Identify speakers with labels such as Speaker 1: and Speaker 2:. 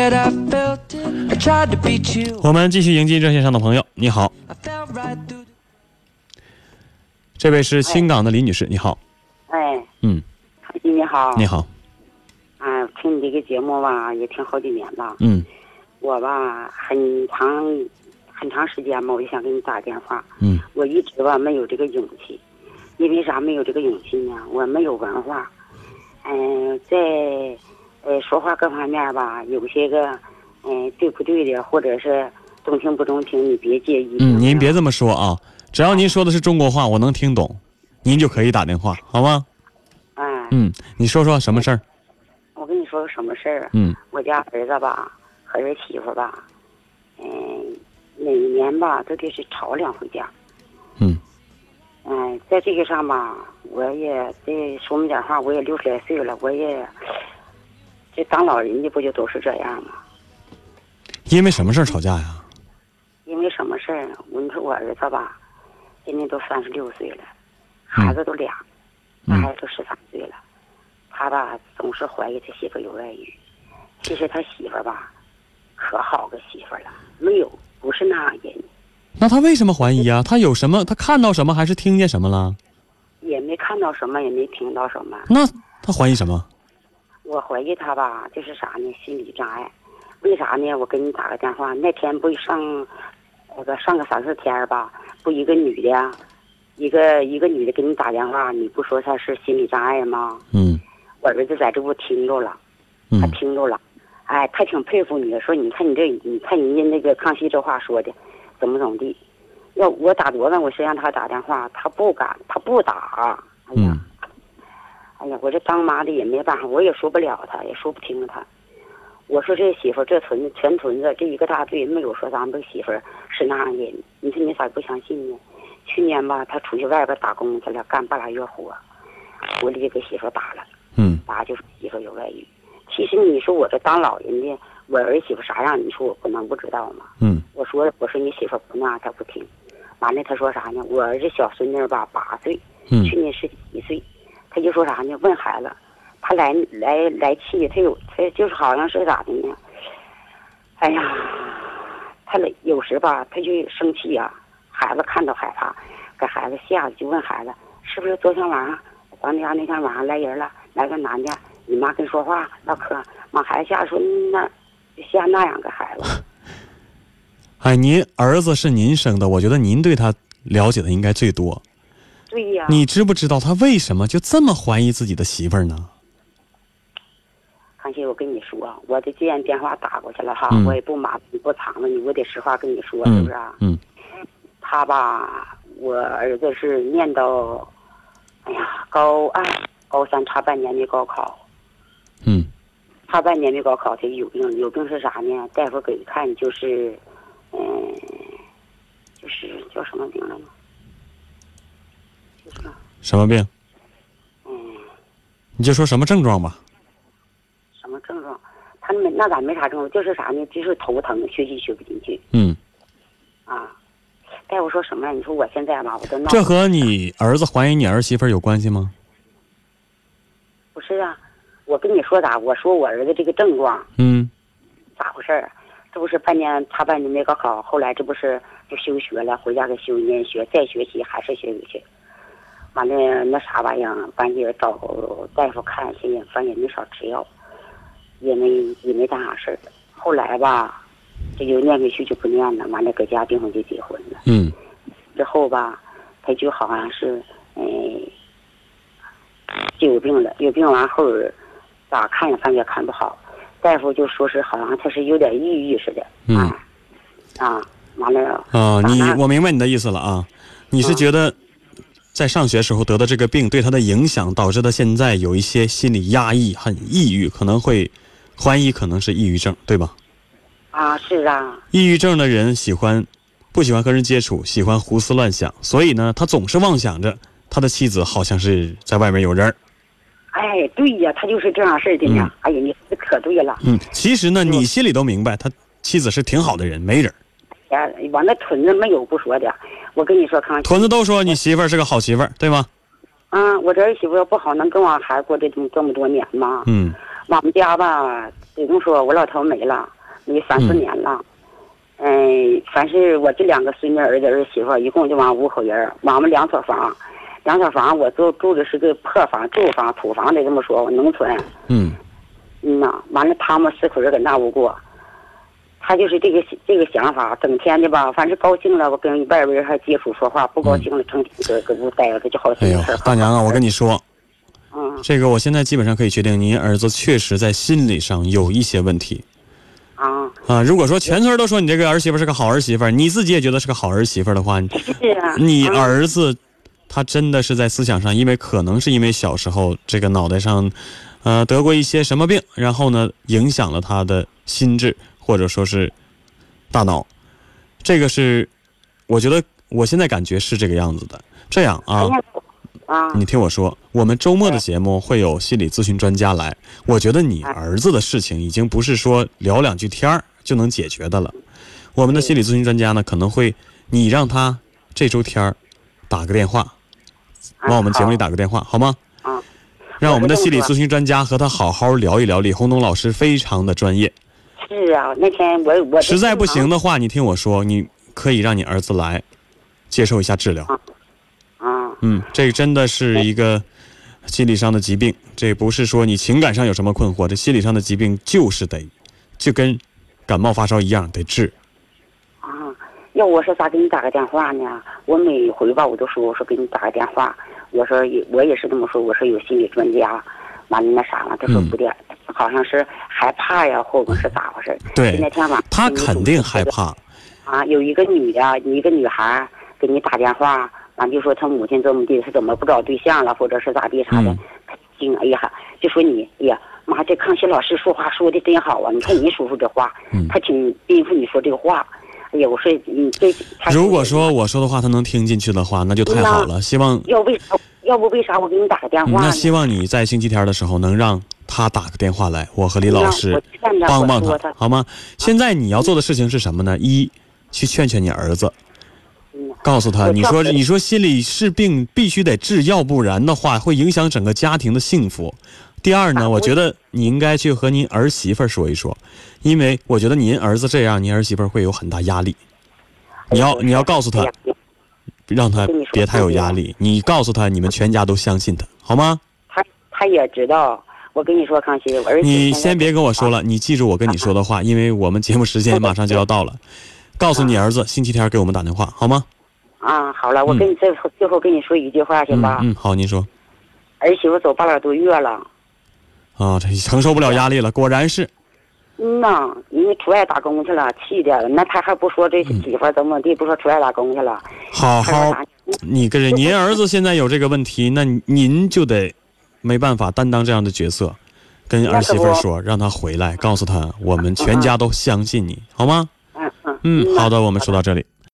Speaker 1: that I felt it. I tried to beat you.
Speaker 2: 我们继续迎接热线上的朋友。你好，
Speaker 1: I fell right through.
Speaker 2: 这位是新港的李女士。你好，
Speaker 3: 哎，
Speaker 2: 嗯，
Speaker 3: 超级你好，
Speaker 2: 你好，
Speaker 3: 啊，听你这个节目吧，也听好几年了。
Speaker 2: 嗯
Speaker 3: 我吧，很长很长时间吧，我就想给你打电话。
Speaker 2: 嗯
Speaker 3: 我一直吧没有这个勇气，因为啥没有这个勇气呢？我没有文化，嗯、在呃说话各方面吧，有些个嗯、呃对不对的，或者是中听不中听，你别介意。
Speaker 2: 嗯，您别这么说啊，只要您说的是中国话，我能听懂，您就可以打电话，好吗？
Speaker 3: 哎、
Speaker 2: 嗯，你说说什么事儿？
Speaker 3: 我跟你说个什么事儿啊？
Speaker 2: 嗯
Speaker 3: 我家儿子吧和儿媳妇吧，嗯、每年吧都得是吵两回架。
Speaker 2: 嗯
Speaker 3: 嗯、在这个上吧，我也这说明点话，我也六十来岁了，我也这当老人的不就都是这样吗？
Speaker 2: 因为什么事儿吵架呀？
Speaker 3: 因为什么事儿呢？我你说我儿子吧，今年都三十六岁了，孩子都俩，大
Speaker 2: 嗯
Speaker 3: 孩子都十三岁了，他吧总是怀疑他媳妇有外遇，其实他媳妇吧，可好个媳妇了，没有不是那样人，
Speaker 2: 那他为什么怀疑啊？他有什么？他看到什么还是听见什么了？
Speaker 3: 也没看到什么，也没听到什么。
Speaker 2: 那他怀疑什么？
Speaker 3: 我怀疑他吧，就是啥呢？心理障碍。为啥呢？我给你打个电话，那天不上那个上个三四天儿吧，不一个女的，一个一个女的给你打电话，你不说她是心理障碍吗？
Speaker 2: 嗯
Speaker 3: 我儿子在这屋听着了，他
Speaker 2: 嗯
Speaker 3: 听着了，哎，他挺佩服你的，说你看你这，你看人家那个康熙这话说的，怎么怎么地。要我打多呢，我谁让他打电话，他不敢，他不打。哎呀，
Speaker 2: 嗯
Speaker 3: 哎呀，我这当妈的也没办法，我也说不了他，也说不听他。我说这媳妇儿这屯子全屯子这一个大队没有说咱们这媳妇儿是那样人，你说你咋不相信呢？去年吧，他出去外边打工去了，干半拉月活，回来就给媳妇儿打了。
Speaker 2: 嗯
Speaker 3: 爸就是媳妇有外遇。其实你说我这当老人的，我儿媳妇啥样，你说我不能不知道吗？
Speaker 2: 嗯
Speaker 3: 我说我说你媳妇不那样，她不听。完了，他说啥呢？我儿子小孙女吧，八岁，去
Speaker 2: 嗯
Speaker 3: 年十一岁，他就说啥呢？问孩子，他来来来气，他有他就是好像是咋的呢？哎呀，他来有时吧，他就生气呀、孩子看到害怕，给孩子吓得就问孩子，是不是昨天晚上咱们家那天晚上来人了，来个男的，你妈跟说话唠嗑，往孩子吓得说嗯那就吓那样个孩子，
Speaker 2: 哎，您儿子是您生的，我觉得您对他了解的应该最多。
Speaker 3: 对呀、
Speaker 2: 你知不知道他为什么就这么怀疑自己的媳妇儿呢？
Speaker 3: 康熙，我跟你说，我这既然电话打过去了哈，
Speaker 2: 嗯
Speaker 3: 我也不麻烦不藏着你，我得实话跟你说，是
Speaker 2: 嗯
Speaker 3: 不是啊？
Speaker 2: 嗯
Speaker 3: 他吧，我儿子是念到，哎呀，高二、高三差半年没高考，
Speaker 2: 嗯
Speaker 3: 差半年没高考，他有病，有病是啥呢？大夫给看就是，嗯、就是叫什么病来着？就是
Speaker 2: 什么病？
Speaker 3: 嗯，
Speaker 2: 你就说什么症状吧。
Speaker 3: 什么症状？他没那咋没啥症状？就是啥呢？就是头疼，学习学不进去。
Speaker 2: 嗯，
Speaker 3: 啊，大夫说什么呀？你说我现在吧，我都闹
Speaker 2: 这和你儿子怀疑你儿媳妇儿有关系吗？
Speaker 3: 不是啊。我跟你说咋？啊我说我儿子这个症状
Speaker 2: 嗯
Speaker 3: 咋回事儿？啊这不是半年差半年没高考，后来这不是就休学了，回家给休一年学，再学习还是学去。完了那啥玩意儿，完也找大夫看，现在反正也没少吃药，也没也没当啥事儿。后来吧，这就念回去就不念了，完了搁家订婚就结婚了。
Speaker 2: 嗯
Speaker 3: 之后吧，他就好像是，哎，就有病了。有病完后儿，咋看也感觉看不好，大夫就说是好像他是有点抑郁似的。
Speaker 2: 嗯
Speaker 3: 啊，啊，完了，
Speaker 2: 啊，你
Speaker 3: 那
Speaker 2: 我明白你的意思了啊。你是
Speaker 3: 嗯
Speaker 2: 觉得在上学时候得的这个病对他的影响，导致他现在有一些心理压抑，很抑郁，可能会怀疑可能是抑郁症，对吧？
Speaker 3: 啊，是啊，
Speaker 2: 抑郁症的人喜欢不喜欢和人接触，喜欢胡思乱想，所以呢，他总是妄想着他的妻子好像是在外面有人儿。
Speaker 3: 哎，对呀，他就是这样事儿的呢。
Speaker 2: 嗯
Speaker 3: 哎呀，你说的可对了，
Speaker 2: 嗯，其实呢，你心里都明白，他妻子是挺好的人，没人儿。
Speaker 3: 哎，完了屯子没有不说的。我跟你说，康熙，
Speaker 2: 屯子都说你媳妇儿是个好媳妇儿，对吗？
Speaker 3: 啊，我这儿媳妇要不好，能跟我孩子过这这么这么多年吗？
Speaker 2: 嗯
Speaker 3: 我们家吧，始终说我老头没了，有三四年了。嗯，凡是我这两个孙女儿子儿媳妇，一共就完五口人儿，我们两所房，两所房我住住的是个破房、旧房、土房，得这么说，农村。
Speaker 2: 嗯
Speaker 3: 嗯呐，完了他们四口人搁那屋过，他就是这个这个想法，整天的吧，凡是高兴了，我跟外边人还接触说话；不高兴了，成天搁搁屋待着，这就好
Speaker 2: 哎
Speaker 3: 心
Speaker 2: 呦
Speaker 3: 事儿，
Speaker 2: 大娘啊，我跟你说，
Speaker 3: 嗯
Speaker 2: 这个我现在基本上可以确定，您儿子确实在心理上有一些问题
Speaker 3: 啊，
Speaker 2: 啊。如果说全村都说你这个儿媳妇是个好儿媳妇儿，你自己也觉得是个好儿媳妇儿的话，
Speaker 3: 是啊，
Speaker 2: 你
Speaker 3: 嗯
Speaker 2: 儿子他真的是在思想上，因为可能是因为小时候这个脑袋上，呃，得过一些什么病，然后呢，影响了他的心智或者说是大脑，这个是我觉得我现在感觉是这个样子的。这样啊，
Speaker 3: 哎呀啊，
Speaker 2: 你听我说，我们周末的节目会有心理咨询专家来。我觉得
Speaker 3: 啊
Speaker 2: 你儿子的事情已经不是说聊两句天儿就能解决的了。我们的心理咨询专家呢，可能会你让他这周天儿打个电话，往我们节目里打个电话，好吗？
Speaker 3: 啊，
Speaker 2: 让我们的
Speaker 3: 我会
Speaker 2: 心
Speaker 3: 这
Speaker 2: 理
Speaker 3: 么做
Speaker 2: 咨询专家和他好好聊一聊。李红东老师非常的专业，
Speaker 3: 好是啊，那天我我
Speaker 2: 实在不行
Speaker 3: 的啊
Speaker 2: 的话，你听我说，你可以让你儿子来接受一下治疗。
Speaker 3: 啊，
Speaker 2: 嗯，这真的是一个心理上的疾病，这不是说你情感上有什么困惑，这心理上的疾病就是得，就跟感冒发烧一样得治。
Speaker 3: 要我说咋给你打个电话呢？我每回吧，我都说我说给你打个电话，我说也我也是这么说，我说有心理专家，完了那啥了，他说
Speaker 2: 嗯
Speaker 3: 不对，好像是害怕呀，或者是咋回事？
Speaker 2: 对
Speaker 3: 那天晚上
Speaker 2: 他肯定害怕，
Speaker 3: 啊，有一个女的，一个女孩儿给你打电话，完就说她母亲怎么地，她怎么不找对象了，或者是咋地啥的
Speaker 2: 嗯，
Speaker 3: 她惊、哎呀，就说你，哎呀妈，这康熙老师说话说的真好啊！你看你叔叔这话，
Speaker 2: 嗯
Speaker 3: 他挺应付你说这个话。哎呀，我说你这，她
Speaker 2: 如果说我说的话他能听进去的话，那就太好了。希望
Speaker 3: 要为啥，要不为啥我给你打个电
Speaker 2: 嗯
Speaker 3: 话
Speaker 2: 那
Speaker 3: 呢？
Speaker 2: 希望你在星期天的时候能让他打个电话来，我和李
Speaker 3: 那
Speaker 2: 老
Speaker 3: 我
Speaker 2: 师
Speaker 3: 劝他
Speaker 2: 帮
Speaker 3: 我
Speaker 2: 帮
Speaker 3: 说
Speaker 2: 他
Speaker 3: 他，
Speaker 2: 好吗？现在你要做的事情是什么呢？一，去劝劝你儿子，
Speaker 3: 嗯
Speaker 2: 告诉他，
Speaker 3: 我
Speaker 2: 你
Speaker 3: 劝
Speaker 2: 说
Speaker 3: 他
Speaker 2: 你说心理是病，必须得治，要不然的话会影响整个家庭的幸福。第二呢，
Speaker 3: 啊
Speaker 2: 我
Speaker 3: 我
Speaker 2: 觉得你应该去和您儿媳妇儿说一说，因为我觉得您儿子这样，您儿媳妇儿会有很大压力。你要你要告诉他
Speaker 3: 哎，呀
Speaker 2: 让他
Speaker 3: 跟你说
Speaker 2: 别太有
Speaker 3: 对
Speaker 2: 压
Speaker 3: 呀
Speaker 2: 力。你告诉他，你们全家都相信他，好吗？
Speaker 3: 他他也知道。我跟你说，康熙，我儿子
Speaker 2: 你
Speaker 3: 现在
Speaker 2: 先别跟我说了，你记住我跟你说的话，因为我们节目时间马上就要到了。告诉你儿子，星期天给我们打电话，好吗？
Speaker 3: 啊。好了，我
Speaker 2: 嗯
Speaker 3: 跟你最后最后跟你说一句话，行
Speaker 2: 嗯
Speaker 3: 吧？
Speaker 2: 嗯，好，您说
Speaker 3: 儿媳妇走半拉多月了。
Speaker 2: 啊，这承受不了压力了，果然是。
Speaker 3: 嗯呐，人家出外打工去了，气的那他还不说这媳妇儿怎么地，不说出外打工去了，
Speaker 2: 好
Speaker 3: 还说
Speaker 2: 好
Speaker 3: 啥，？
Speaker 2: 你跟人，您儿子现在有这个问题，那您就得没办法担当这样的角色，跟儿媳妇儿说，让她回来，告诉她我们全家都相信你，好吗？
Speaker 3: 嗯嗯
Speaker 2: 嗯，好
Speaker 3: 的。
Speaker 2: 的，我们说到这里。